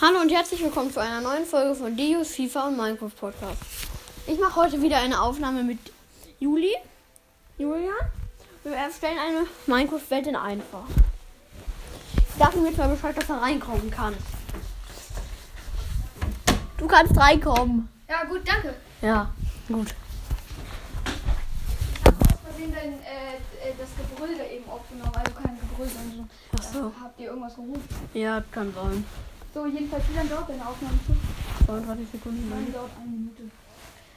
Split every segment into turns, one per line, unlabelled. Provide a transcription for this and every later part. Hallo und herzlich willkommen zu einer neuen Folge von Deus, FIFA und Minecraft Podcast. Ich mache heute wieder eine Aufnahme mit Juli, Julian. Wir erstellen eine Minecraft-Welt in einfach. Ich sag ihm jetzt mal Bescheid, dass er reinkommen kann. Du kannst reinkommen.
Ja, gut, danke.
Ja, gut.
Ich habe aus Versehen dein, äh, äh, das Gebrüll da eben aufgenommen, also kein Gebrüll, sondern
Ach so.
äh, habt ihr irgendwas gerufen.
Ja, kann sein.
So, jedenfalls, wie lange dauert deine Aufnahme?
32 Sekunden.
Meine dauert eine Minute.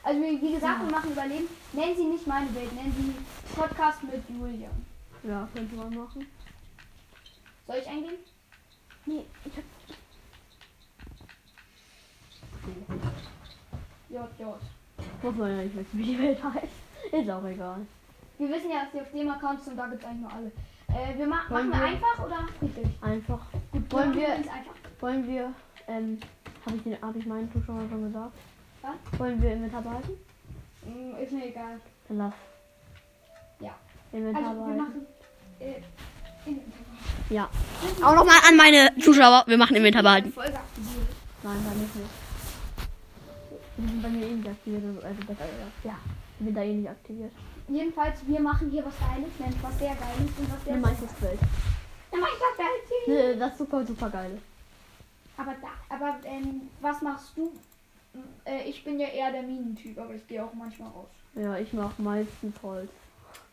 Also, wie wie gesagt, wir machen Überleben. Nennen Sie nicht meine Welt, nennen Sie Podcast mit Julian.
Ja, könnte man machen.
Soll ich eingehen? Nee, ich hab... Jod, Jod.
Muss man ja nicht wissen, wie die Welt heißt. Ist auch egal.
Wir wissen ja, dass die auf dem Account sind, da gibt es eigentlich nur alle. Äh, wir ma
Wollen
machen wir
wir-
einfach oder friedlich?
Einfach.
Gut,
wollen
machen
wir-
es einfach.
Wollen wir, ähm, habe ich, den- hab ich meinen Zuschauern schon gesagt?
Was?
Wollen wir Inventar behalten?
Mm, ist mir egal.
Dann lass.
Ja.
Inventar
Also, wir
behalten.
machen. Äh, in,
ja. Auch nochmal an meine Zuschauer, wir machen Inventar
in Folge aktiviert.
Nein, dann nicht. nicht. Die sind bei mir eh nicht aktiviert, also also besser gesagt. Ja, die sind da eh nicht aktiviert.
Jedenfalls, wir machen hier was Geiles, nämlich was sehr Geiles und was sehr.
Eine Minecraft-Welt.
Eine Minecraft-Welt.
Ne, das ist super, super geil.
Aber, da, aber ähm, was machst du? Mm, Äh, ich bin ja eher der Minentyp, aber ich gehe auch manchmal raus.
Ja, ich mache meistens Holz.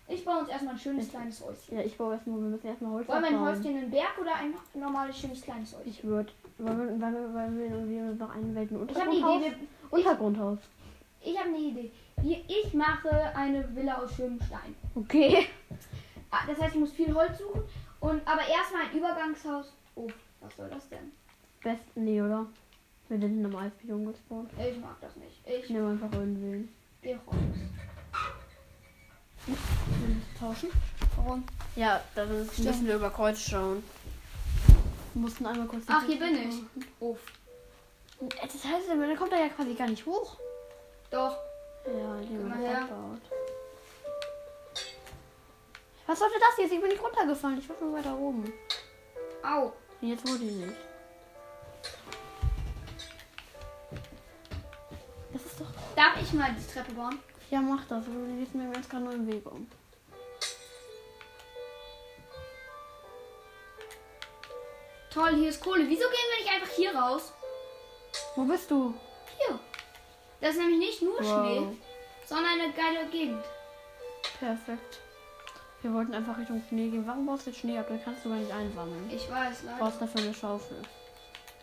Ich baue uns erstmal ein schönes kleines Häuschen.
Ja, ich baue erstmal, wir müssen erstmal Holz
Wollen wir ein
abbauen.
Häuschen in den Berg oder ein normales schönes kleines Häuschen?
Ich würde, wollen wir, wollen wir, wollen wir, wollen wir noch einen Welten
Ich habe eine
Untergrundhaus?
Idee. wir-
Untergrundhaus.
Ich habe eine Idee. Wir- Ich mache eine Villa aus schönem Stein.
Okay.
Ah, Das heißt, ich muss viel Holz suchen. Und, aber erstmal ein Übergangshaus. Oh, was soll das denn?
Besten, nee, oder? Wir sind in einem Eisbiom gespawnt.
Ich mag das nicht. Ich
Ich nehme einfach euren Willen.
gehe raus.
Tauschen?
Warum?
Ja, dann müssen wir über Kreuz schauen. Wir mussten einmal kurz. die
Ach, hier
Tür
bin ich.
machen.
Uff.
Das heißt, dann kommt er ja quasi gar nicht hoch.
Doch.
Ja, die
mal
haben
her.
abgebaut. Was sollte das jetzt? Ich bin nicht runtergefallen. Ich war schon weiter oben.
Au.
Und jetzt wurde ich nicht. Das ist doch.
Darf ich mal die Treppe bauen?
Ja, mach das. Du gehst mir jetzt gerade nur im Weg um.
Toll, hier ist Kohle. Wieso gehen wir nicht einfach hier raus?
Wo bist du?
Hier. Das ist nämlich nicht nur
Wow.
Schnee, sondern eine geile Gegend.
Perfekt. Wir wollten einfach Richtung Schnee gehen. Warum baust du jetzt Schnee ab? Dann kannst du gar nicht einsammeln.
Ich weiß,
Du
leider.
brauchst dafür eine Schaufel.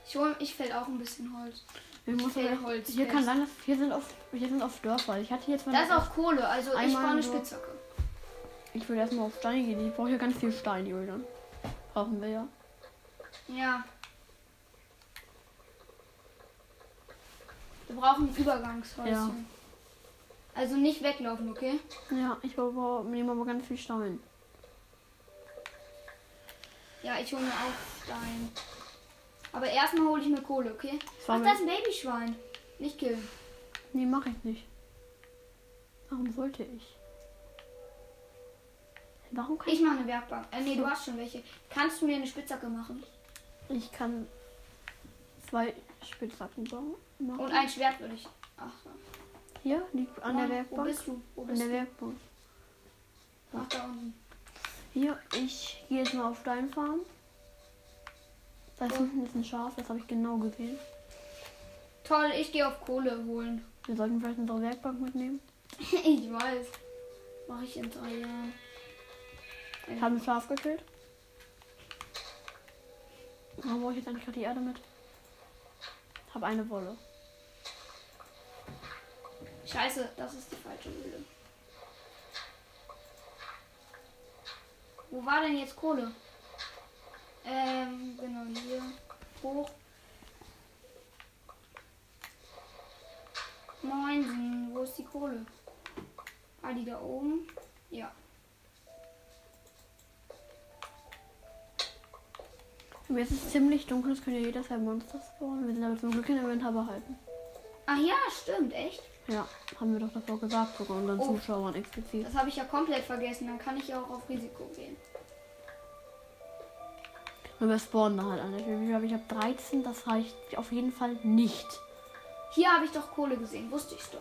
Ich, hol, ich fäll auch ein bisschen Holz.
Wir müssen
fehlt Holz
hier kann
jetzt.
sein, dass hier sind oft hier sind oft Dörfer. Ich hatte jetzt mal
Da ist auch Kohle, also ich
Einmal
baue eine
nur-
Spitzhacke.
ich würde erstmal auf Stein gehen. Ich brauche ja ganz viel Stein, Julian. Brauchen wir ja.
Ja. Wir brauchen ein Übergangshäuschen.
Ja.
Also nicht weglaufen, okay?
Ja, ich brauche- brauche- nehme aber ganz viel Stein.
Ja, ich hole mir auch Stein. Aber erstmal hole ich mir Kohle, okay?
Das war
Ach,
mir-
das ist ein Babyschwein. Nicht killen.
Nee, mache ich nicht. Warum sollte ich? Warum kann ich?
Ich mache eine Werkbank. Äh, nee, du hast schon welche. Kannst du mir eine Spitzhacke machen?
Ich kann zwei Spitzhacken bauen. machen.
Und ein Schwert würde ich. Ach, so.
Hier liegt an der
Moin, Wo
Werkbank.
bist du? Wo
An
bist
der
du?
Werkbank.
Ach, da unten.
Hier, ich gehe jetzt mal auf deinen Farm. Da ist
Ja.
hinten ist ein Schaf, das habe ich genau gesehen.
Toll, ich gehe auf Kohle holen.
Wir sollten vielleicht unsere Werkbank mitnehmen.
ich weiß. Mache ich in drei Jahren.
Ich habe ein Schaf gekillt. Warum brauche ich jetzt eigentlich gerade die Erde mit? Ich habe eine Wolle.
Scheiße, das ist die falsche Höhle. Wo war denn jetzt Kohle? Ähm, genau hier. Hoch. Moinsen, wo ist die Kohle? Ah, die da oben? Ja.
Und jetzt ist es ziemlich dunkel, es können ja jederzeit Monster spawnen. Wir sind aber zum Glück in Inventar behalten.
Ah ja, stimmt, echt?
Ja, haben wir doch davor gesagt, sogar unseren
Oh.
Zuschauern explizit.
Das habe ich ja komplett vergessen. Dann kann ich ja auch auf Risiko gehen.
Und wir spawnen da halt an der Tür. Ich glaube, ich habe 13, das reicht auf jeden Fall nicht.
Hier habe ich doch Kohle gesehen, wusste ich doch.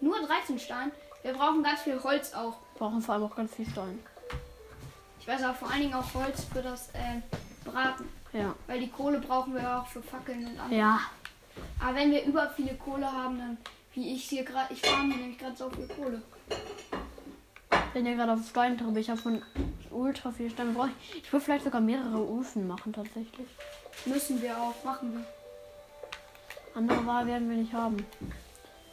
Nur 13 Stein. Wir brauchen ganz viel Holz auch.
Wir brauchen vor allem auch ganz viel Stein.
Ich weiß aber vor allen Dingen auch Holz für das äh, Braten.
Ja.
Weil die Kohle brauchen wir auch für Fackeln und alles.
Ja.
Aber wenn wir über viele Kohle haben, dann wie ich hier gerade, ich farme nämlich gerade so viel Kohle.
Wenn ihr gerade auf Stein drüber, ich habe von ultra viel Stein. Wir brauchen- Ich will vielleicht sogar mehrere Öfen machen tatsächlich.
Müssen wir auch, machen wir.
Andere Wahl werden wir nicht haben.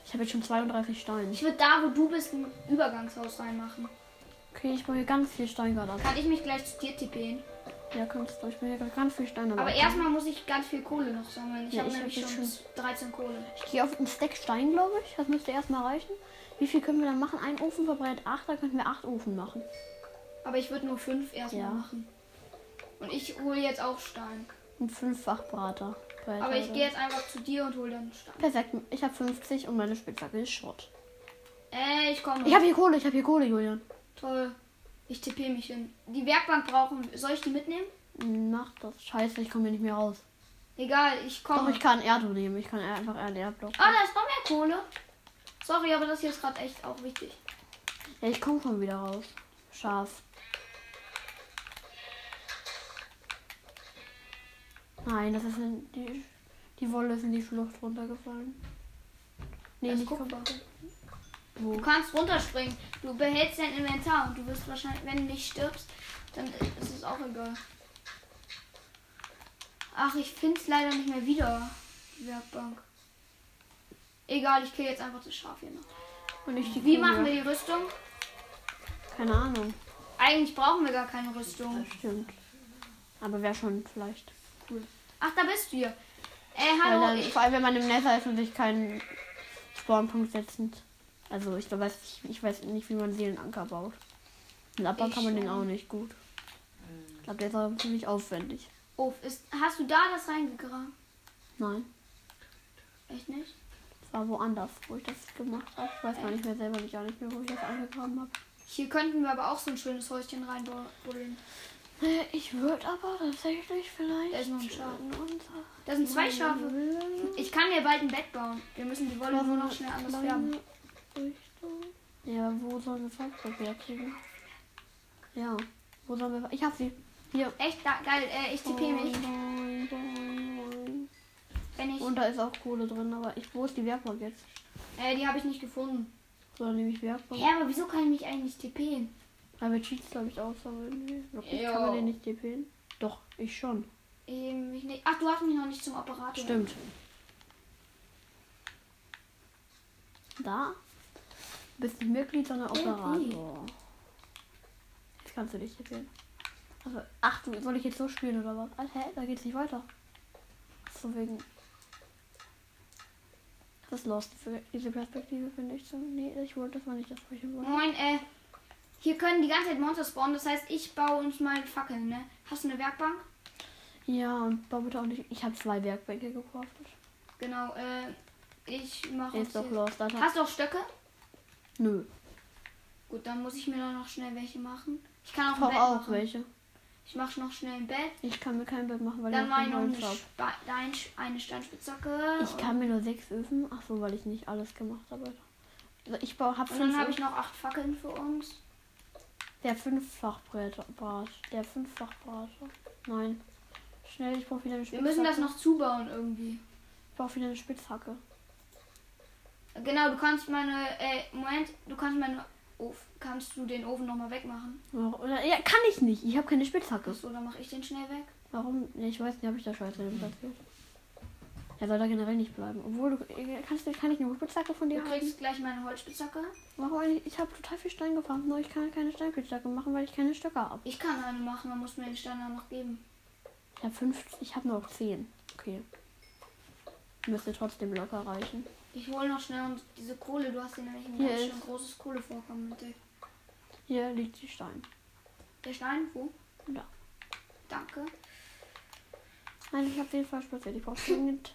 Ich habe jetzt schon 32 Steine.
Ich würde da, wo du bist, ein Übergangshaus reinmachen.
Okay, ich mache hier ganz viel Stein gerade ab.
Kann ich mich gleich zu dir tippen?
Ja, kannst du. Ich mache hier gerade ganz viel Stein ab.
Aber erstmal muss ich ganz viel Kohle noch sammeln. Ich
Ja,
habe
ich hab
nämlich
jetzt
schon 13 Kohle.
Ich gehe auf einen Stack Stein, glaube ich. Das müsste erstmal reichen. Wie viel können wir dann machen? Ein Ofen verbrennt 8, da könnten wir 8 Ofen machen.
Aber ich würde nur 5 erstmal
Ja.
machen. Und ich hole jetzt auch Stein.
Und 5 Fachbrater.
Aber ich gehe jetzt einfach zu dir und hole dann Stein.
Perfekt, ich habe 50 und meine Spitzhacke ist Schrott.
Äh, ich komme.
Ich habe hier Kohle, ich habe hier Kohle, Julian.
Toll. Ich tippe mich hin. Die Werkbank brauchen. Soll ich die mitnehmen?
Mach das. Scheiße, ich komme hier nicht mehr raus.
Egal, ich
Doch,
komme.
ich kann Erdung nehmen. Ich kann einfach einen Erdblock.
Ah, da ist noch mehr Kohle. Sorry, aber das hier ist gerade echt auch wichtig.
Ja, ich komme schon wieder raus. Scharf. Nein, das ist in die, die Wolle ist in die Schlucht runtergefallen. Nee,
Das
nicht
Also guck
kom-
mal. Du
wo.
kannst runterspringen. Du behältst dein Inventar und du wirst wahrscheinlich, wenn du nicht stirbst, dann ist es auch egal. Ach, ich finde es leider nicht mehr wieder. Die Werkbank. Egal, ich kill jetzt einfach das Schaf hier noch.
Und ich die
Wie
Kohle.
machen wir die Rüstung?
Keine Ahnung.
Eigentlich brauchen wir gar keine Rüstung.
Das stimmt. Aber wäre schon vielleicht.
Ach, da bist du hier. Äh,
Weil
hallo.
dann,
Ich,
vor allem, wenn man im Nether ist und sich keinen Spawnpunkt setzen. Also, ich weiß, ich, ich weiß nicht, wie man Seelenanker baut. Und abbauen
Ich
kann man den
schon.
auch nicht gut. Ich glaube, der ist auch ziemlich aufwendig.
oh, ist, hast du da das reingegraben?
Nein,
Echt nicht?
das war woanders, wo ich das gemacht habe. Ich weiß gar nicht mehr selber, ich gar nicht mehr, wo ich das angegraben habe.
Hier könnten wir aber auch so ein schönes Häuschen reinbuddeln.
Naja, Äh, ich würde aber tatsächlich vielleicht.
Da ist noch ein Schaf.
in unser-
Da sind zwei Schafe. Ich kann mir bald ein Bett bauen. Wir müssen die Wolle
Oder so
nur
eine
noch schnell anders
kleine
färben.
Richtung. Ja, wo sollen wir Farbstoff herkriegen? Ja, wo sollen wir. Ich hab sie. Hier.
Echt da, geil. Äh, ich
Oh.
tippe mich,
Boing, boing, boing.
wenn ich.
E. Und da ist auch Kohle drin, aber ich, wo ist die Werkbank jetzt?
Äh, die habe ich nicht gefunden.
So, dann nehme ich Werkbank.
Ja, aber wieso kann ich mich eigentlich tippen?
Aber wir Cheats, glaube ich, auch so irgendwie. Wirklich,
Jo.
kann man den nicht DPen? Doch, ich schon.
Ähm, ich nicht. Ach, du hast mich noch nicht zum Operator.
Stimmt. Da? Du bist nicht Mitglied, sondern
Ja,
Operator. Jetzt kannst du dich erzählen. Also, ach, du, soll ich jetzt so spielen oder was? Alter, hä? da geht's nicht weiter. So wegen. Das ist lost, diese- diese Perspektive finde ich so. Nee, ich wollte das mal nicht, das wollte ich wollte.
Moin, äh. Hier können die ganze Zeit Monster spawnen. Das heißt, ich baue uns mal Fackeln, ne? Hast du eine Werkbank?
Ja, und Bob auch nicht. Ich habe zwei Werkbänke gekauft.
Genau, äh. Ich mache uns
Ist doch
hier.
lost, Alter.
Hast du auch Stöcke?
Nö.
Gut, dann muss ich mir doch noch schnell welche machen. Ich kann auch
Ich
ein Bett
brauche auch
machen.
welche.
Ich mache noch schnell ein Bett.
Ich kann mir kein Bett machen, weil
Dann
ich
mache ich
kein
noch eine,
Holz habe.
Spa- Dein- eine Steinspitzhacke.
Ich kann mir nur sechs Öfen. Ach so, weil ich nicht alles gemacht habe. Also ich baue, hab
Und dann
fünf,
habe ich noch acht Fackeln für uns.
der fünffachbrater, Brat, der fünffachbrater. Nein, schnell, ich brauche wieder eine
Wir
Spitzhacke.
müssen das noch zubauen irgendwie.
Ich brauche wieder eine Spitzhacke.
Genau, du kannst meine. Äh, Moment, du kannst meine. Of kannst du den Ofen nochmal wegmachen?
Ja, Oder, ja, kann ich nicht. Ich habe keine Spitzhacke.
Achso, dann mache ich den schnell weg.
Warum? Nee, ich weiß nicht, habe ich da Scheiße hin platziert. Er soll da generell nicht bleiben. Obwohl, du, äh, kannst du, kann ich eine Spitzhacke von
Du
dir haben?
kriegst gleich meine Holzspitzhacke.
Warum eigentlich? Ich habe total viel Stein gefarmt, nur ich kann keine Steinspitzhacke machen, weil ich keine Stöcke habe.
Ich kann eine machen, man muss mir den Stein dann noch geben.
Ich habe fünf, ich habe noch zehn. Okay. Müsste trotzdem locker reichen.
Ich hole noch schnell und diese Kohle, du hast hier nämlich ein
Hier
ganz
ist-
schön großes Kohlevorkommen entdeckt.
Hier liegt die Stein.
Der Stein, wo?
Da.
Danke.
Nein, ich habe den falsch platziert. Ich brauche dringend.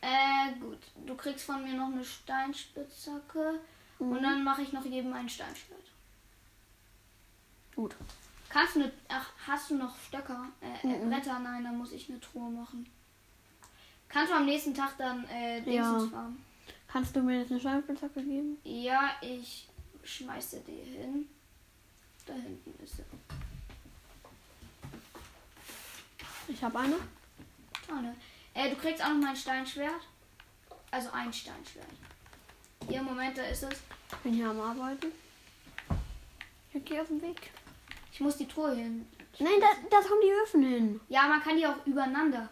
Äh, gut. Du kriegst von mir noch eine
Mhm.
Steinspitzhacke. Und dann mache ich noch jedem ein Steinschwert.
Gut.
Kannst du eine. Ach, hast du noch Stöcker? Äh, äh,
Mhm.
Bretter? Nein, dann muss ich eine Truhe machen. Kannst du am nächsten Tag dann äh, Dingsens
Ja.
fahren?
Kannst du mir jetzt eine Schleimspitzhacke geben?
Ja, ich schmeiße die hin. Da hinten ist sie.
Ich habe eine.
Schade. Äh, du kriegst auch noch mal ein Steinschwert. Also ein Steinschwert. Hier, Moment, da ist es.
Ich bin hier am Arbeiten. Ich gehe auf den Weg.
Ich muss die Truhe hin.
Nein, da, da kommen die Öfen hin.
Ja, man kann die auch übereinander.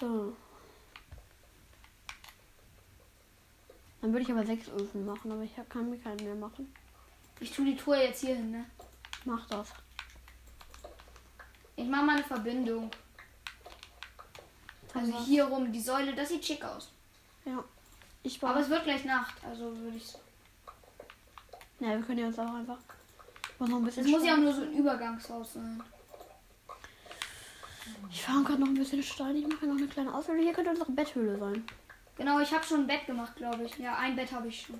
So. Dann würde ich aber sechs Öfen machen, aber ich hab- kann mir keinen mehr machen.
Ich tue die Truhe jetzt hier hin, ne?
Mach das.
Ich mache mal eine Verbindung. Also
Aber-
hier rum, die Säule, das sieht schick aus.
Ja. Ich
Aber
baue.
es wird gleich Nacht, also würde ich
Ja, wir können jetzt auch einfach. Ich muss noch ein bisschen.
Es muss ja auch
Stein-
nur so ein Übergangshaus sein.
Ich fahre gerade noch ein bisschen Stein. Ich mache noch eine kleine Ausbildung. Hier könnte unsere Betthöhle sein.
Genau, ich habe schon ein Bett gemacht, glaube ich. Ja, ein Bett habe ich schon.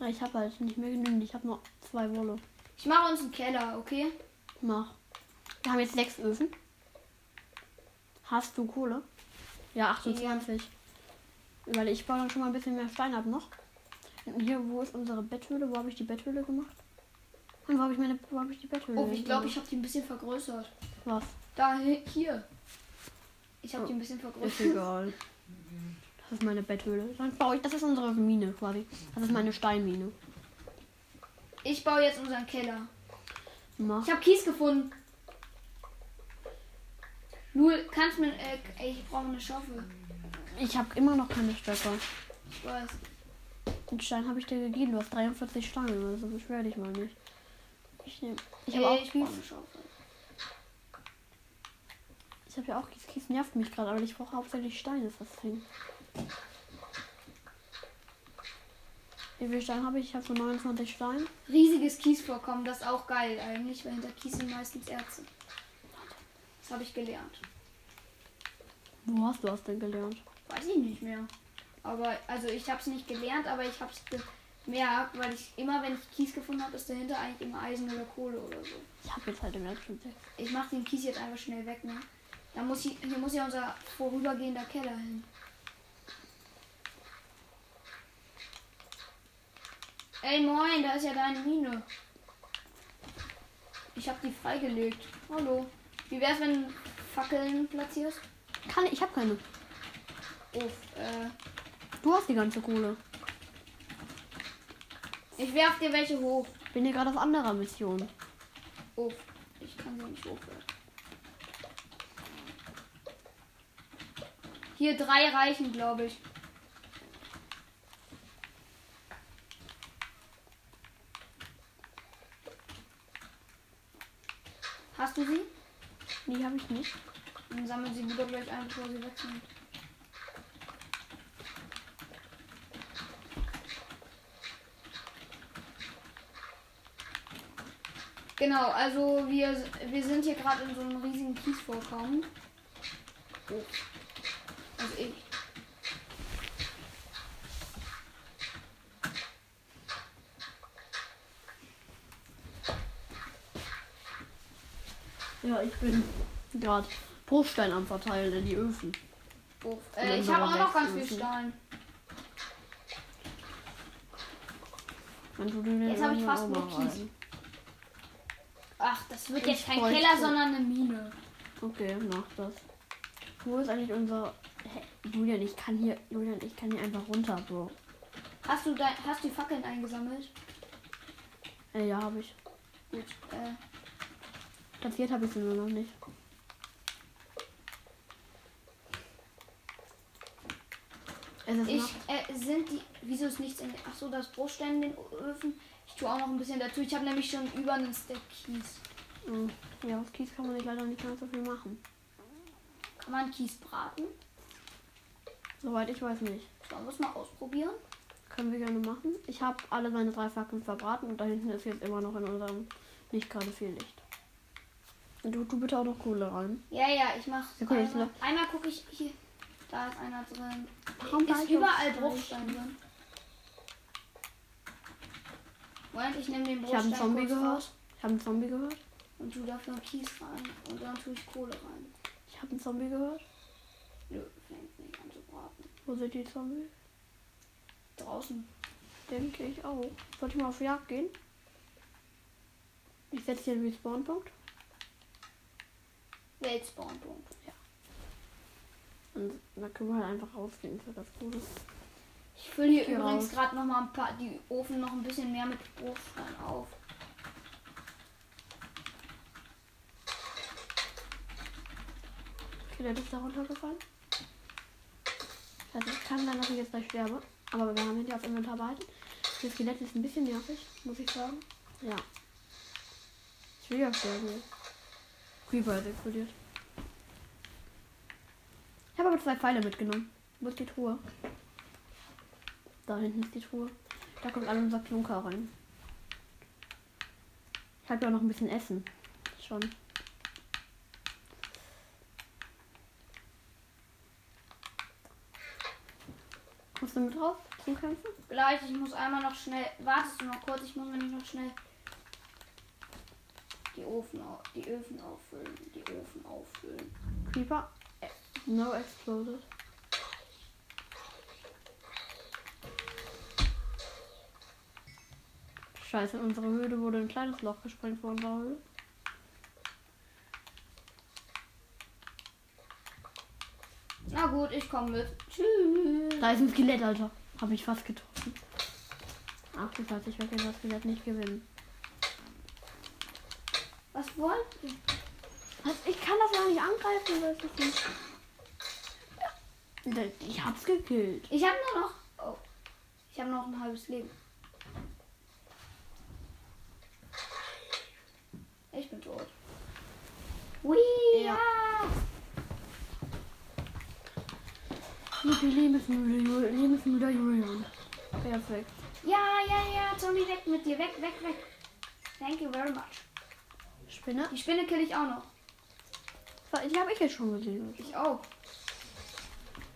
Ja, Ich habe halt nicht mehr genügend. Ich habe noch zwei Wolle.
Ich mache uns einen Keller, okay?
Mach. Wir haben jetzt sechs Öfen. Hast du Kohle? Ja, 28. Weil ich baue dann schon mal ein bisschen mehr Stein ab noch. Und hier, wo ist unsere Betthöhle? Wo habe ich die Betthöhle gemacht? Und wo habe ich meine wo habe ich die Betthöhle?
Oh, ich glaube,
gemacht?
ich habe die ein bisschen vergrößert.
Was?
Da, hi- hier. Ich habe
Oh,
die ein bisschen
Ist
vergrößert.
egal. Das ist meine Betthöhle. Dann baue ich. Das ist unsere Mine quasi. Das ist meine Steinmine.
Ich baue jetzt unseren Keller.
Mach.
Ich habe Kies gefunden. Lul, kannst mir... Äh, ey, ich brauche eine Schaufel.
Ich habe immer noch keine Stöcker.
Ich weiß.
Den Stein habe ich dir gegeben. Du hast 43 Steine. Also beschwer dich mal nicht. Ich nehme. Ich habe
Ey,
auch
ich
Kies.
brauche eine Schaufel.
Ich habe ja auch Kies. Kies nervt mich gerade, aber ich brauche hauptsächlich Stein, ist das Ding. Wie viel Stein habe ich? Ich habe so 29 Stein.
Riesiges Kiesvorkommen, das ist auch geil eigentlich, weil hinter Kies sind meistens Erze. Das habe ich gelernt.
Wo hast du das denn gelernt?
Weiß ich nicht mehr. Aber, also ich habe es nicht gelernt, aber ich habe es gemerkt, weil ich immer, wenn ich Kies gefunden habe, ist dahinter eigentlich immer Eisen oder Kohle oder so.
Ich habe jetzt halt im letzten sechs.
Ich mache den Kies jetzt einfach schnell weg, ne? Da muss ich, hier muss ja unser vorübergehender Keller hin. Ey moin, da ist ja deine Mine. Ich habe die freigelegt. Hallo. Wie wär's, wenn du Fackeln platzierst?
Kann ich? Ich habe keine.
Uff, äh,
Du hast die ganze Kohle.
ich werf dir welche hoch.
Bin hier gerade auf anderer Mission.
Uff, Oh, ich kann sie nicht hochwerfen. Hier drei reichen, glaube ich. Hast du sie?
Die habe ich nicht.
Dann sammeln sie wieder gleich ein, bevor sie weg sind. Genau, also wir, wir sind hier gerade in so einem riesigen Kiesvorkommen. Oh. Also ich.
Ja, ich bin gerade Bruchstein am Verteilen in die Öfen.
Oh.
Und
Äh, ich
unsere
habe auch noch ganz viel
Wechselöfen.
Stein.
Wenn du den
Jetzt hab ich
irgendwann
fast
auch
nur
mal
Kies.
rein.
Ach, das wird
Ich
jetzt kein
bräuchte-
Keller, sondern eine Mine.
Okay, mach das. Wo ist eigentlich unser. Hä? Julian, ich kann hier. Julian, ich kann hier einfach runter, Bro.
Hast du, dein, hast du die Fackeln eingesammelt?
Äh, ja, habe ich.
Gut. Äh,
Platziert habe ich sie nur noch nicht. Es ist
Ich,
noch,
äh, sind die, wieso ist nichts in, ach so, das Bruchstein in den Öfen. Ich tue auch noch ein bisschen dazu. Ich habe nämlich schon über einen Stack Kies.
mh, hm. ja, aus Kies kann man sich leider nicht ganz so viel machen.
Kann man Kies braten?
Soweit ich weiß nicht.
Sollen wir es mal ausprobieren?
Können wir gerne machen. Ich habe alle meine drei Fackeln verbraten und da hinten ist jetzt immer noch in unserem nicht gerade viel Licht. Und du, du bitte auch noch Kohle rein.
Ja, ja, ich mache
Ja, cool,
einmal, einmal gucke ich hier. Da ist einer drin.
Warum
ist überall Bruchstein drin. Moment, ich nehme den
Ich habe einen
Brotstein
Zombie
kurz
gehört.
raus
Ich habe einen Zombie gehört.
und tu dafür einen Kies rein. Und dann tue ich Kohle rein.
Ich habe einen Zombie gehört.
Nö, fängt nicht an zu braten.
Wo sind die Zombies?
Draußen.
Denke ich auch. Sollte ich mal auf Jagd gehen? Ich setze hier einen Respawn-Punkt.
Weltspawnpunkt.
Und dann können wir halt einfach rausgehen. Das ist ja das Gute.
Ich fülle hier
Geh
übrigens
raus.
gerade noch mal ein paar, die Ofen noch ein bisschen mehr mit Brotstein auf.
Okay, der ist da runtergefallen. Also es kann sein, dass ich jetzt gleich sterbe. Aber wir haben ja auf Inventar behalten. Das Skelett ist ein bisschen nervig, muss ich sagen. Ja. Ich will ja sterben. jetzt. Creeper ist explodiert. Ich habe aber zwei Pfeile mitgenommen. Wo ist die Truhe? Da hinten ist die Truhe. Da kommt all unser Klunker rein. Ich habe ja auch noch ein bisschen Essen. Schon. Kommst du mit drauf zum Kämpfen?
Gleich, ich muss einmal noch schnell. Wartest du noch kurz? Ich muss nämlich noch schnell die Ofen, au- die Öfen auffüllen. Die Öfen auffüllen.
Creeper. Äh, No exploded. Scheiße, in unsere Höhle wurde ein kleines Loch gesprengt vor unserer Höhle.
Na gut, ich komme mit. Tschüss.
Da ist ein Skelett, Alter. Hab ich fast getroffen. Ach, das hat ich wirklich das Skelett nicht gewinnen.
Was wollt ihr?
Was? Ich kann das ja nicht angreifen, weiß ich nicht. Da- Ich hab's gekillt.
Ich habe nur noch. Oh. Ich habe noch ein halbes Leben. Ich bin tot. Wee
Ja. Okay, lebensmüde, lebensmüder Julian. Perfekt.
ja, ja, ja, Zombie, weg mit dir. Weg, weg, weg. Thank you very much.
Spinne?
Die Spinne kill ich auch noch.
Die habe ich jetzt schon gesehen.
Ich auch.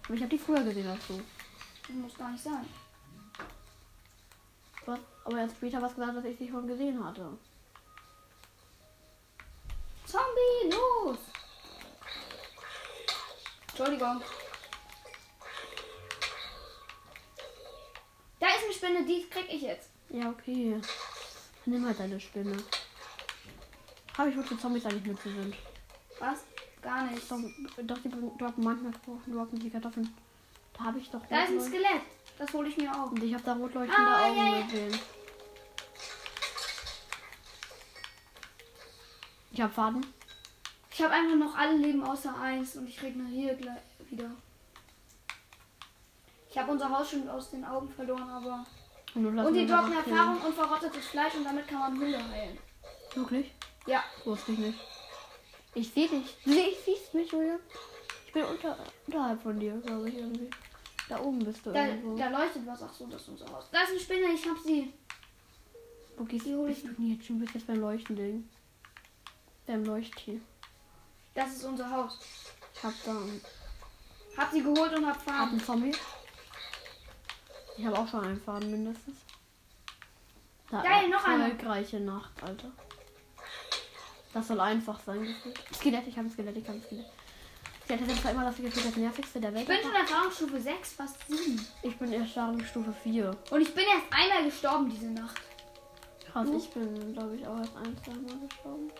Aber ich habe die früher gesehen als du.
Das muss gar nicht sein.
Du hast aber erst später was gesagt, dass ich dich schon gesehen hatte.
Zombie, los! Entschuldigung. Da ist eine Spinne, die krieg ich jetzt.
Ja, okay. Dann nimm halt deine Spinne. Habe ich wusste, Zombies eigentlich mit sie sind.
Was? Gar nicht.
Doch, doch die droppen manchmal Kuchen, droppen die Kartoffeln. Da habe ich doch
Da ist ein
Rotleuchten.
Skelett. Das hole ich mir auf.
Und ich habe da rotleuchtende
Ah,
Augen
ja, ja.
gesehen. Ich habe Faden.
Ich habe einfach noch alle Leben außer eins und ich regeneriere gleich wieder. Ich habe unser Haus schon aus den Augen verloren, aber.
Und, du
und die
mir
droppen
was killen.
Erfahrung und verrottetes Fleisch und damit kann man Hunde heilen.
Wirklich?
Ja,
Wusste ich nicht. Ich sehe dich. Nee, ich siehst mich, Julian. Ich bin unter, unterhalb von dir, glaube ich, irgendwie. Da oben bist du
da,
irgendwo.
da leuchtet was. Ach so, das ist unser Haus. Da ist eine Spinne, ich hab sie.
Wo gehst
Die
du?
hol
Bist
ich-
du jetzt schon bist jetzt beim Leuchtending. Beim Leuchttier.
Das ist unser Haus.
Ich hab da einen,
Hab sie geholt und hab
hab
Farben.
einen Zombie. Ich habe auch schon einen Faden mindestens. Da,
Geil, noch einer.
Erfolgreiche Nacht, Alter. Das soll einfach sein, gefühlt. Skelett, ich habe ein Skelett, ich habe ein Skelett. Skelett ist zwar immer das gefühlt das nervigste der Welt.
Ich bin
aber-
schon Erfahrungsstufe 6, fast 7.
ich bin erst Stufe 4.
Und ich bin erst einmal gestorben diese Nacht.
Krass,
Mhm.
ich bin, glaube ich, auch erst ein, zwei Mal gestorben.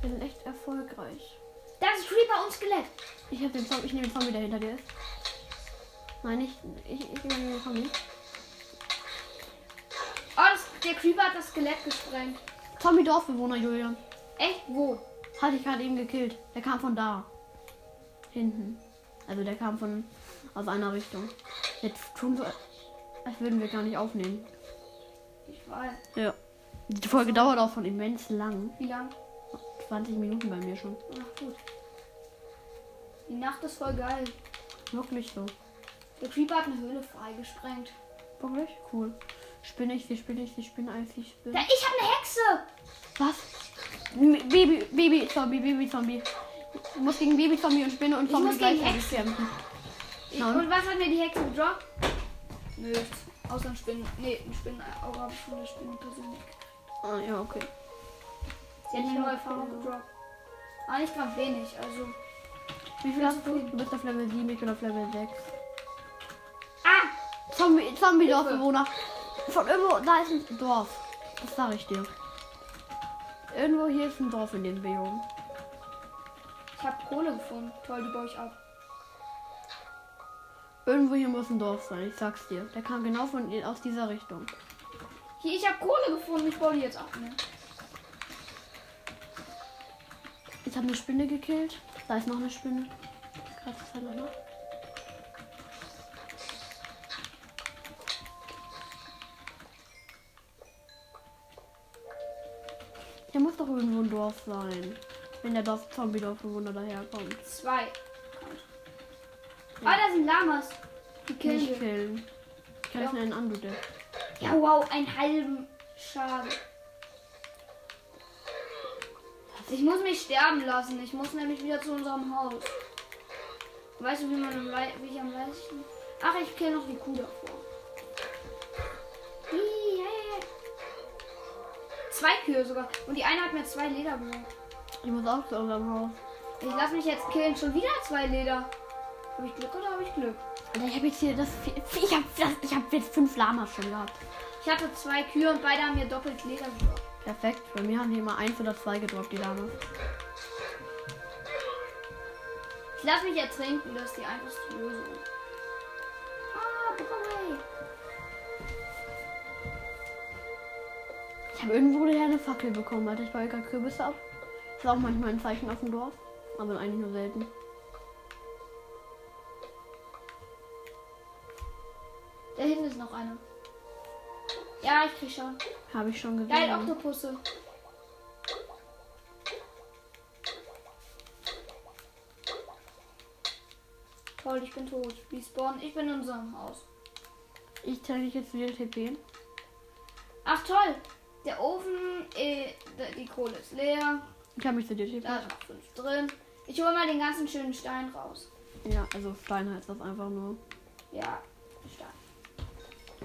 Wir sind echt erfolgreich.
Das ist Creeper und Skelett.
Ich hab den Zombie, ich nehme den Zombie, der hinter dir ist. Nein, ich, ich, ich nehme den Zombie.
Oh, das, der Creeper hat das Skelett gesprengt.
Zombie Dorfbewohner, Julian.
Echt? Wo?
Hatte ich gerade eben gekillt. Der kam von da. Hinten. Also der kam von aus einer Richtung. Jetzt tun wir, als würden wir gar nicht aufnehmen.
Ich weiß.
Ja. Die Folge dauert auch schon immens lang.
Wie lang?
20 Minuten bei mir schon.
Ach gut. Die Nacht ist voll geil.
Wirklich so.
Der Creeper hat eine Höhle freigesprengt.
Wirklich? Cool. Spinne ich, sie spinne ich, sie spinne ich, sie spinne.
Da, ich hab eine Hexe.
Was? M- Baby, Baby Zombie, Baby Zombie. Ich muss gegen Baby Zombie und Spinne und
muss
Zombie
gegen
gleichzeitig kämpfen.
Ich,
Nein.
und was hat mir die Hexe gedroppt? Nichts. Außer ein Spinnen. Nee, ein Spinnenauge habe ich von der Spinnenperson nicht gekriegt.
Ah, ja, okay.
Sie hat eine
Ja,
neue Erfahrung
genau.
gedroppt. Ah, nicht gerade wenig, also.
Wie viel hast du? Du bist auf Level 7, ich bin auf Level 6.
Ah!
Zombie, Zombie-Dorfbewohner. Von irgendwo, da ist ein Dorf. Das sag ich dir. Irgendwo hier ist ein Dorf in dem Biom.
Ich habe Kohle gefunden. Toll, die baue ich ab.
Irgendwo hier muss ein Dorf sein, ich sag's dir. Der kam genau von aus dieser Richtung.
Hier, ich habe Kohle gefunden. Ich baue die jetzt ab. Ne?
Ich habe eine Spinne gekillt. Da ist noch eine Spinne. Krass, ist da noch eine. Hier muss doch irgendwo ein Dorf sein. Wenn der Dorf Zombie-Dorfbewohner daherkommt.
Zwei. Ah, da sind Lamas. Die killen
Nicht
wir.
killen. Ich greife
Ja.
einen an, bitte.
Ja, wow, einen halben Schaden. Also Ich muss mich sterben lassen. Ich muss nämlich wieder zu unserem Haus. Weißt du, wie, man am lei- wie ich am leichtesten... Ach, ich kill noch die Kuh davor. Hi, hey. Zwei Kühe sogar. Und die eine hat mir zwei Leder gemacht.
Ich muss auch zu unserem Haus.
Ich lasse mich jetzt killen. Schon wieder zwei Leder. Habe ich Glück oder habe ich Glück?
Alter, ich habe jetzt hier das. Ich habe das, ich hab jetzt fünf Lamas schon gehabt.
Ich hatte zwei Kühe und beide haben mir doppelt Leder gemacht.
Perfekt. Bei mir haben die immer eins oder zwei gedroppt, die Lamas.
Ich lasse mich ertrinken, das ist die einfachste Lösung. Ah, Brokkoli.
Ich habe irgendwo daher eine Fackel bekommen, Alter. Ich baue gerade Kürbisse ab. Ist auch manchmal ein Zeichen auf dem Dorf. Aber eigentlich nur selten.
Da hinten ist noch eine. Ja, ich krieg schon.
Habe ich schon gesehen.
Geil, Oktopusse. Toll, ich bin tot. Wir spawnen. Ich bin in unserem Haus.
ich zeige dich jetzt wieder TP.
Ach toll. Der Ofen, äh, da- die Kohle ist leer.
Ich habe mich zu dir TP.
Da ist noch fünf drin. Ich hole mal den ganzen schönen Stein raus.
Ja, also Stein heißt das einfach nur.
Ja, Stein.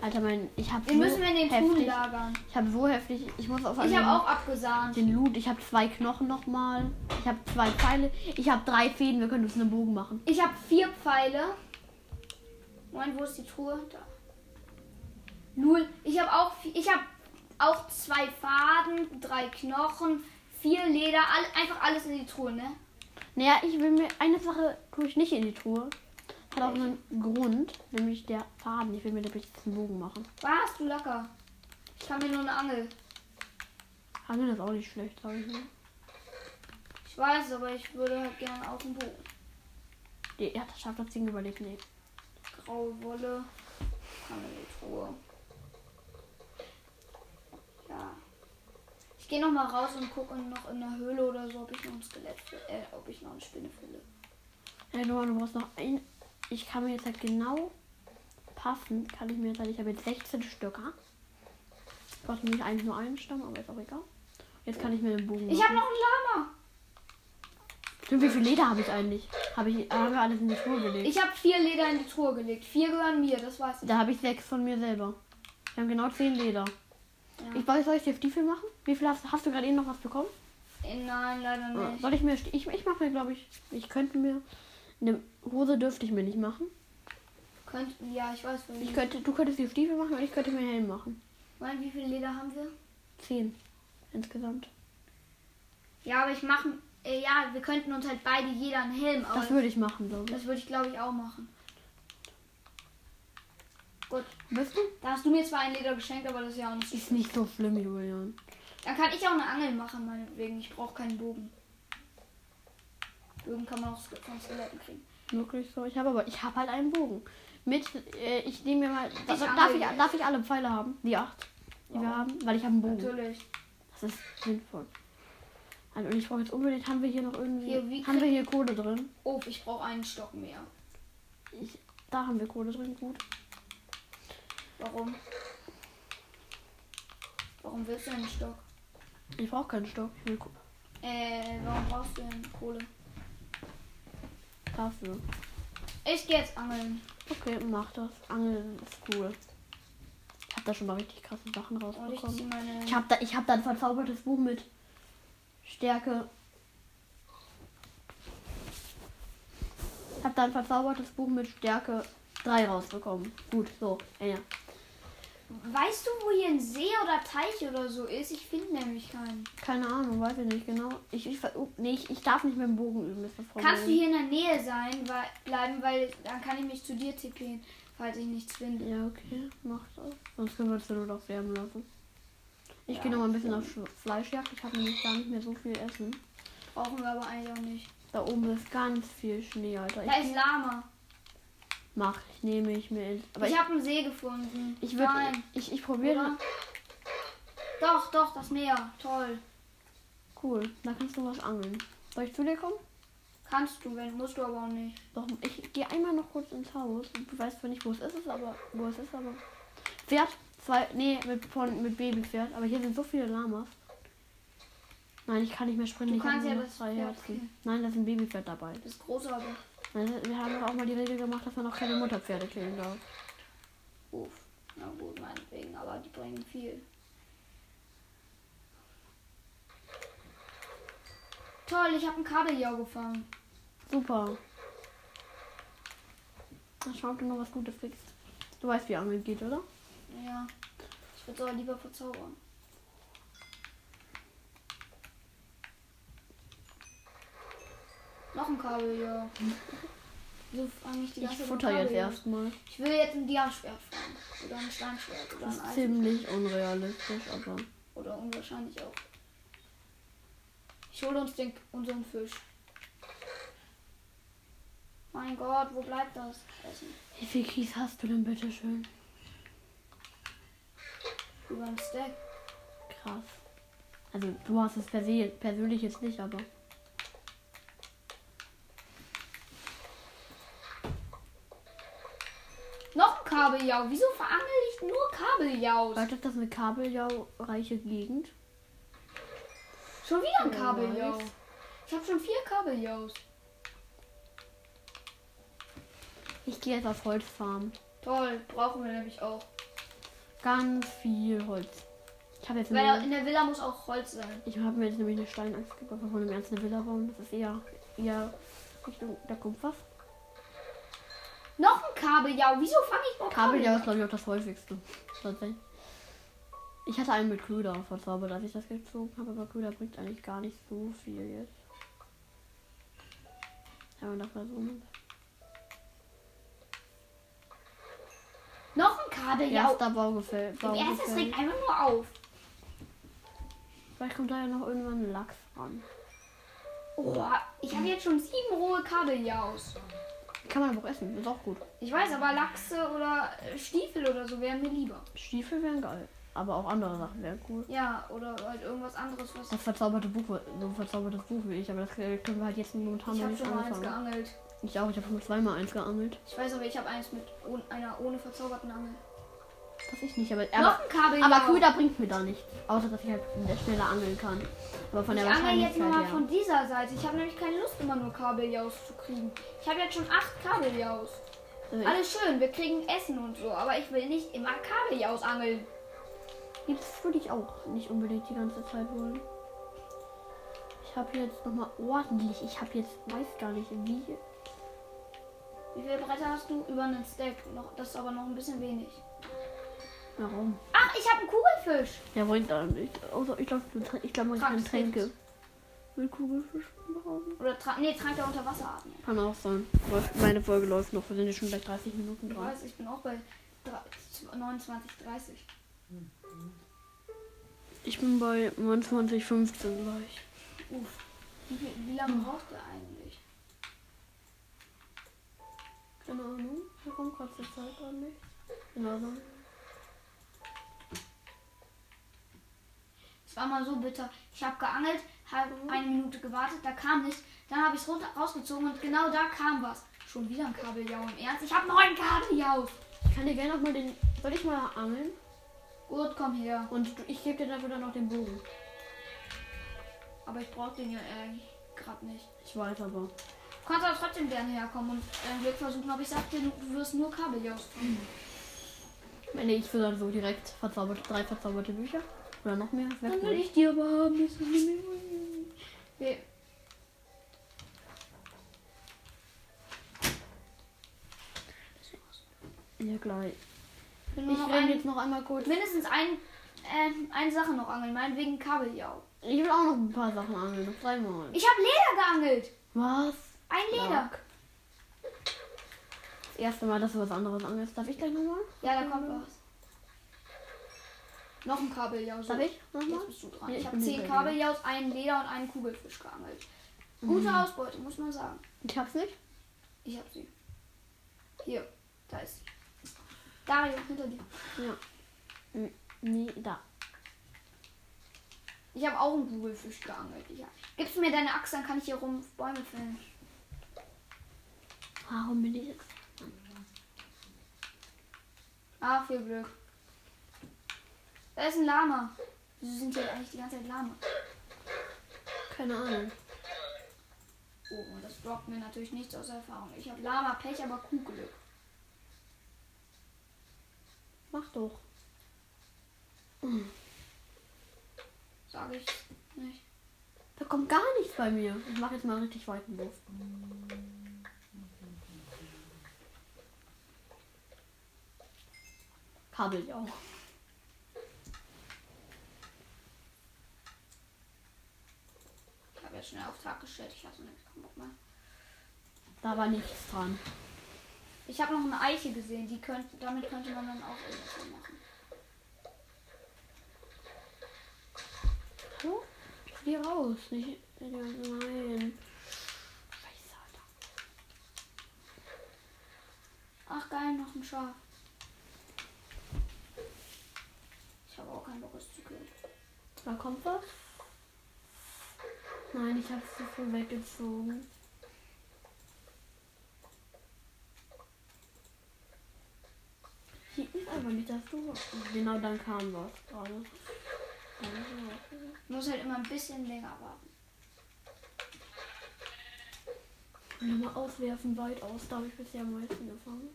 Alter, mein. Ich habe
Den müssen wir in den Truhen
heftig.
lagern.
Ich habe so heftig. Ich muss auf
Ich
einen-
habe auch abgesahnt.
den Loot. Ich habe zwei Knochen nochmal. Ich habe zwei Pfeile. Ich habe drei Fäden. Wir können uns einen Bogen machen.
Ich habe vier Pfeile. Moment, wo ist die Truhe? Da. Null. Ich habe auch, vi- ich habe auch zwei Faden, drei Knochen, vier Leder, all, einfach alles in die Truhe, ne?
Naja, ich will mir eine Sache tue ich nicht in die Truhe. Hat auch einen Grund, nämlich der Faden. Ich will mir da bitte einen Bogen machen.
Warst du locker? Ich kann mir nur eine Angel.
Angeln ist auch nicht schlecht, sag ich mal.
Ich weiß, aber ich würde halt gerne auch einen Bogen.
Die hat das Schafplatzing überlegt, nee.
Graue Wolle. Kann in die Truhe. Ja. Ich gehe noch mal raus und gucke noch in der Höhle oder so, ob ich noch ein Skelett, fi- äh, ob ich noch eine Spinne finde.
Hey, Noah, du brauchst noch ein. Ich kann mir jetzt halt genau passend, kann ich mir jetzt halt, ich habe jetzt 16 Stöcker. Ich brauche nämlich eigentlich nur einen Stamm, aber ist auch egal. Jetzt kann ich mir den Bogen machen.
Ich habe noch ein Lama.
Stimmt, wie viel Leder habe ich eigentlich? Habe ich, äh, haben wir alles in die Truhe gelegt?
Ich habe vier Leder in die Truhe gelegt. Vier gehören mir, das weiß ich.
Da habe ich sechs von mir selber. Wir haben genau zehn Leder.
Ja.
Ich weiß, soll ich dir Stiefel machen? Wie viel hast, hast du gerade eben noch was bekommen?
Äh, Nein, leider
Oder
nicht.
Soll ich mir, Sti- ich, ich mache mir, glaube ich, ich könnte mir, eine Hose dürfte ich mir nicht machen.
Könnten, ja, ich weiß von
Ich
nicht.
könnte, du könntest dir Stiefel machen und ich könnte mir einen Helm machen.
Mein, wie viel Leder haben wir?
Zehn insgesamt.
Ja, aber ich mache. Äh, ja, wir könnten uns halt beide jeder einen Helm
Das
aus.
würde ich machen, glaube ich.
Das würde ich, glaube ich, auch machen. Gut.
Bist du?
Da hast du mir zwar ein Leder geschenkt, aber das ist ja auch nicht so
Ist
schlimm.
nicht so schlimm, Julian.
Dann kann ich auch eine Angel machen, meinetwegen. Ich brauche keinen Bogen. Bogen kann man auch von Skeletten kriegen.
Mhm. Wirklich so. Ich habe aber, ich habe halt einen Bogen. Mit, äh, ich nehme mir mal, darf,
angel
darf ich,
jetzt.
darf ich alle Pfeile haben? Die acht, die wir
Ja.
haben, weil ich habe einen Bogen.
Natürlich.
Das ist sinnvoll. Also, und ich brauche jetzt unbedingt, haben wir hier noch irgendwie,
Hier, wie
haben wir
krieg-
hier Kohle drin?
Oh, ich brauche einen Stock mehr.
Ich, da haben wir Kohle drin, gut.
Warum? Warum willst du einen Stock?
Ich brauche keinen Stock, ich will Ko-
Äh, warum brauchst du denn Kohle?
dafür.
Ich gehe jetzt angeln.
Okay, mach das. Angeln ist cool. habe da schon mal richtig krasse Sachen
Und ich zieh
rausbekommen.
meine.
Ich habe da, ich hab da ein verzaubertes Buch mit Stärke. Ich habe da ein verzaubertes Buch mit Stärke 3 rausbekommen. Gut, so. Ja, ja.
Weißt du, wo hier ein See oder Teich oder so ist? Ich finde nämlich keinen.
Keine Ahnung, weiß ich nicht genau. Ich, ich, ver- oh, nee, ich, ich darf nicht mit dem Bogen üben, ist das Problem.
Kannst du hier in der Nähe sein, weil, bleiben, weil dann kann ich mich zu dir tippen, falls ich nichts finde.
Ja, okay, mach das. Sonst können wir es ja nur noch wärmen lassen. Ich
Ja,
gehe noch mal ein bisschen auf Sch- Fleischjagd. Ich habe nämlich gar nicht mehr so viel Essen.
Brauchen wir aber eigentlich auch nicht.
Da oben ist ganz viel Schnee, Alter.
Da
Ich
ist Lama.
mach, ich nehme ich mir ins. Aber ich,
ich habe einen See gefunden.
ich würde.
Nein.
Ich, ich probiere.
Oder? Doch, doch, das Meer. Toll.
Cool, da kannst du was angeln. Soll ich zu dir kommen?
Kannst du, wenn musst du aber auch nicht.
Doch, ich gehe einmal noch kurz ins Haus. Du weißt zwar nicht, wo es ist, aber wo es ist, aber. Pferd, zwei. Nee, mit, von, mit Babypferd. Aber hier sind so viele Lamas. Nein, ich kann nicht mehr sprinten.
Du
ich hab
kannst
nur
ja
noch
das
drei
Pferd
Herzen.
killen.
Nein, da ist ein Babypferd dabei.
Du bist groß, aber.
Also, wir haben doch auch mal die Regel gemacht, dass man noch keine Mutterpferde killen darf.
Uff. Na gut, meinetwegen, aber die bringen viel. Toll, ich habe einen Kabeljau gefangen.
Super. Na, schau, ob du noch was Gutes kriegst. Du weißt, wie Angeln geht, oder?
Ja. Ich würde es aber lieber verzaubern. Noch ein Kabeljau. So fange ich die
Ich
ganze Zeit
futter
mit
jetzt
Kabeljau.
erstmal.
Ich will jetzt ein Diaschwert fangen. Oder ein Steinschwert. Oder
Das
ein
ist
Eisen.
ziemlich unrealistisch, aber.
Oder unwahrscheinlich auch. Ich hole uns den, unseren Fisch. Mein Gott, wo bleibt das Essen?
Wie viel Kies hast du denn bitte schön?
Über den Stack.
Krass. Also du hast es per se, persönlich jetzt nicht, aber.
Noch ein Kabeljau. Wieso verangel ich nur Kabeljaus?
Bedeutet das eine kabeljaureiche Gegend?
Schon wieder ein
Wer
Kabeljau.
weiß.
Ich habe schon vier Kabeljaus.
Ich gehe jetzt auf Holzfarm.
Toll, brauchen wir nämlich auch.
Ganz viel Holz. Ich habe jetzt
Weil
eine,
in der Villa muss auch Holz sein.
ich habe mir jetzt nämlich eine Steinachs gekauft, weil wir wollen im Ernst eine Villa bauen. Das ist eher, eher Richtung, da kommt was.
Noch ein Kabeljau. Wieso fange ich überhaupt
Kabeljau ist glaube ich auch das häufigste. Tatsächlich. Ich hatte einen mit Köder verzaubert, als ich das gezogen habe, aber Köder bringt eigentlich gar nicht so viel jetzt. Wenn man das mal so nimmt.
Noch ein Kabeljau.
Erster Bau gefällt. Bau
Im ersten es
gefällt.
regt einfach nur auf.
Vielleicht kommt da ja noch irgendwann ein Lachs ran.
Oh, ich habe jetzt schon sieben rohe Kabeljaus.
Kann man aber auch essen, ist auch gut.
Ich weiß, aber Lachse oder äh, Stiefel oder so wären mir lieber.
Stiefel wären geil, aber auch andere Sachen wären cool.
Ja, oder halt irgendwas anderes, was.
Das verzauberte Buch, war- so ein verzaubertes Buch will ich, aber das äh, können wir halt jetzt momentan
Ich
noch
habe
nicht
schon mal eins
anfangen.
geangelt.
Ich auch, ich habe schon mal zweimal eins geangelt.
Ich weiß aber, ich habe eins mit ohne, einer ohne verzauberten Angel.
Das ich nicht, aber.
Noch
aber
ein Kabeljau.
aber Köder bringt mir da nichts. Außer, dass ich halt schneller angeln kann. Aber von
Ich
der
angel jetzt
Wahrscheinlichkeit
nochmal
her.
von dieser Seite. Ich habe nämlich keine Lust, immer nur Kabeljaus zu kriegen. Ich habe jetzt schon acht Kabeljaus.
also
Alles schön, wir kriegen Essen und so, aber ich will nicht immer Kabeljaus angeln.
Jetzt würde ich auch nicht unbedingt die ganze Zeit wollen. Ich habe jetzt nochmal ordentlich. Ich habe jetzt, weiß gar nicht, wie.
Wie viele Bretter hast du über einen Stack? Noch, das ist aber noch ein bisschen wenig.
Warum?
Ach, ich habe einen Kugelfisch.
Ja, wollen da nicht. Außer ich glaube, ich glaube, man kann
Trag's
Tränke.
nicht.
Will Kugelfisch brauchen?
Oder tra nee, trank er unter Wasser atmen.
Kann auch sein. Läuft- Meine Folge läuft noch. Wir sind jetzt schon gleich 30 Minuten
Ich
dran.
weiß, ich bin auch bei 29, 30.
Ich bin bei 29,15 gleich.
Uff. Wie, viel- wie lange braucht ihr eigentlich?
Keine Ahnung. Da kommt gerade zur Zeit an Genau, mich. In Ordnung.
Es war mal so bitter. Ich habe geangelt, habe eine Minute gewartet, da kam nichts. Dann habe ich es rausgezogen und genau da kam was. Schon wieder ein Kabeljau im Ernst. Ich habe neun Kabeljaus.
Ich kann dir gerne nochmal den. Soll ich mal angeln?
Gut, komm her.
Und du- ich gebe dir dafür dann noch den Bogen.
Aber ich brauche den ja eigentlich gerade nicht.
Ich weiß aber.
Du kannst aber äh, trotzdem gerne herkommen und dein Glück versuchen, aber ich sag dir, du wirst nur Kabeljaus fangen.
Meine ich würde dann so direkt verzauberte, drei verzauberte Bücher. Oder noch mehr.
Dann
wegnehmen.
will ich die aber haben. Das ist nicht mehr mein. Nee.
Ja, gleich.
Ich will nur
Ich
noch
will
ein,
jetzt noch einmal kurz.
mindestens ein, ähm, eine Sache noch angeln. Meinetwegen Kabeljau.
Ich will auch noch ein paar Sachen angeln. Noch dreimal.
Ich habe Leder geangelt.
Was?
Ein Leder.
Das erste Mal, dass du was anderes angelst. Darf ich gleich nochmal?
Ja, da kommt was. Noch ein Kabeljau. So.
Darf ich nochmal?
Jetzt bist du dran.
Ja,
ich
ich
habe
bin
zehn
hinter dir. Mhm.
Kabeljaus, einen Leder und einen Kugelfisch geangelt. Gute Ausbeute, muss man sagen.
Ich hab's nicht.
Ich habe sie. Hier, da ist sie. Dario, hinter dir.
Ja. Hm, Nee, da.
Ich habe auch einen Kugelfisch geangelt. Ich hab... Gibst du mir deine Axt, dann kann ich hier rum Bäume fällen.
Warum bin ich jetzt?
Ah, viel Glück. Da ist ein Lama. Wieso sind hier eigentlich die ganze Zeit Lama?
Keine Ahnung.
Oh, und das blockt mir natürlich nichts aus Erfahrung. Ich habe Lama, Pech, aber Kuhglück.
Mach doch.
Sage ich nicht.
Da kommt gar nichts bei mir. Ich mache jetzt mal einen richtig weiten Wurf. Kabeljau.
Ich habe jetzt schnell auf Tag gestellt. Ich hatte nämlich keinen Bock mehr.
Da war nichts dran.
Ich habe noch eine Eiche gesehen, die könnte, damit könnte man dann auch irgendwas machen.
So? Geh raus. Nicht. Nein. Scheiße, Alter.
Ach geil, noch ein Schaf. Ich habe auch keinen Bock, es zu killen.
Da kommt was. Nein, ich hab's zu früh weggezogen. Hier ist aber nicht das du. Genau dann kam was Oh, gerade.
Ich muss halt immer ein bisschen länger warten.
Nochmal auswerfen, weit aus. Da habe ich bisher am meisten gefangen.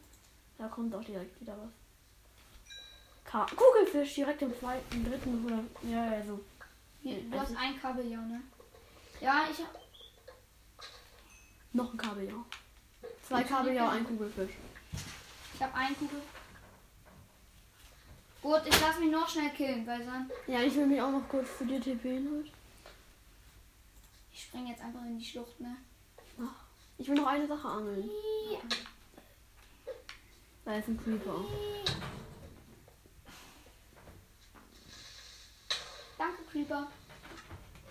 Da kommt auch direkt wieder was. Ka Kugelfisch direkt im zweiten, dritten oder. Ja, ja, so.
Hier, du
Also-
hast ein Kabeljau, ne? Ja, ich habe...
Noch ein Kabeljau. Zwei Kabeljau, ein Kugelfisch.
Ich habe einen Kugel. Gut, ich lasse mich noch schnell killen, weil sonst...
Ja, ich will mich auch noch kurz zu dir TPen heute.
Ich springe jetzt einfach in die Schlucht, ne?
Ach, ich will noch eine Sache angeln.
Ja.
Da ist ein Creeper.
Danke, Creeper.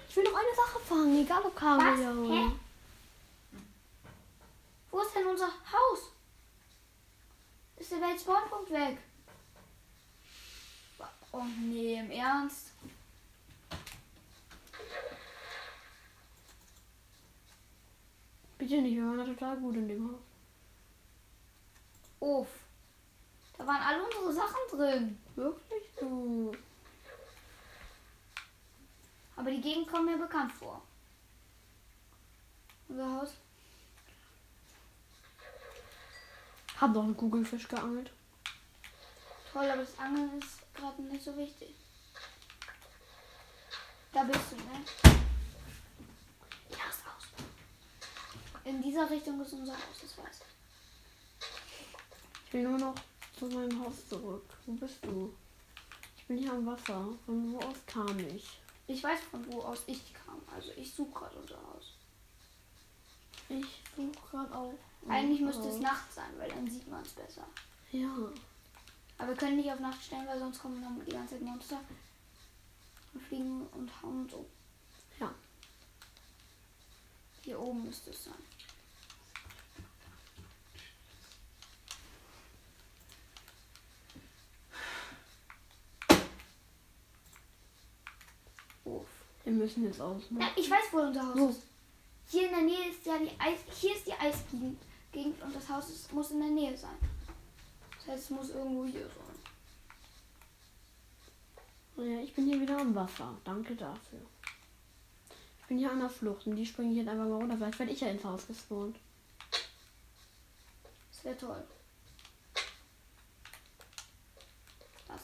Ich will noch eine Sache fangen, egal ob
Was?
Kabeljau.
Hä? Wo ist denn unser Haus? Ist der Weltspawnpunkt weg? Oh nee, im Ernst?
Bitte nicht, wir waren da total gut in dem Haus.
Uff. Da waren alle unsere Sachen drin.
Wirklich? So.
Aber die Gegend kommt mir bekannt vor. Unser Haus?
Hab doch einen Kugelfisch geangelt.
Toll, aber das Angeln ist gerade nicht so wichtig. Da bist du, ne? Ja, ist aus. In dieser Richtung ist unser Haus, das weiß ich.
Ich will nur noch zu meinem Haus zurück. Wo bist du? Ich bin hier am Wasser. Von wo aus kam ich?
Ich weiß, von wo aus ich kam. Also ich suche gerade unser Haus.
Ich suche gerade auch.
Eigentlich müsste
Mhm.
es Nacht sein, weil dann sieht man es besser.
Ja.
Aber wir können nicht auf Nacht stellen, weil sonst kommen dann die ganze Zeit Monster und fliegen und hauen uns um.
Ja.
Hier oben müsste es sein. Uff.
Wir müssen jetzt
Na,
ausmachen.
ich weiß, wo unser Haus
Wo?
ist. Hier in der Nähe ist ja die Eis. Hier ist die Eisgegend Gegend und das Haus ist, muss in der Nähe sein. Das heißt, es muss irgendwo hier sein.
Oh Ja, ich bin hier wieder am Wasser. Danke dafür. Ich bin hier an der Flucht und die springen hier jetzt einfach mal runter. Vielleicht werde ich ja ins Haus gespawnt.
Das wäre toll.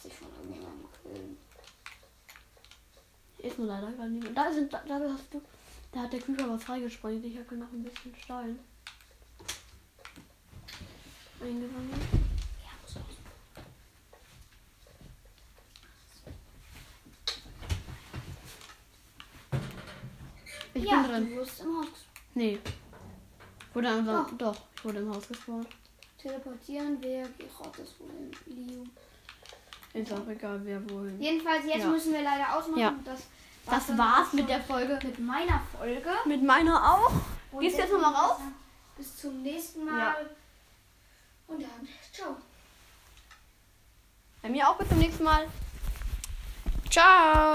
sich von irgendjemandem killen.
Ist nur leider gar nicht mehr. Da sind, da, da hast du. Da hat der Küker was freigesprengt. Ich habe noch ein bisschen Stein. Eingesammelt.
Ja, muss auch.
Ich
ja,
bin drin.
du wirst im Haus
Nee. Wurde einfach.
Doch.
Doch, ich wurde im Haus gespawnt.
teleportieren. Wer gerät das wohl in Leo?
Ist auch egal, wer wohl.
Jedenfalls, jetzt
Ja.
müssen wir leider ausmachen.
Ja.
Das,
Das
dann
war's
auch
mit
schon
der Folge.
mit meiner Folge.
Mit meiner auch.
Und
Gehst du jetzt nochmal raus?
Bis zum nächsten Mal. Und dann, ciao.
Bei mir auch bis zum nächsten Mal. Ciao.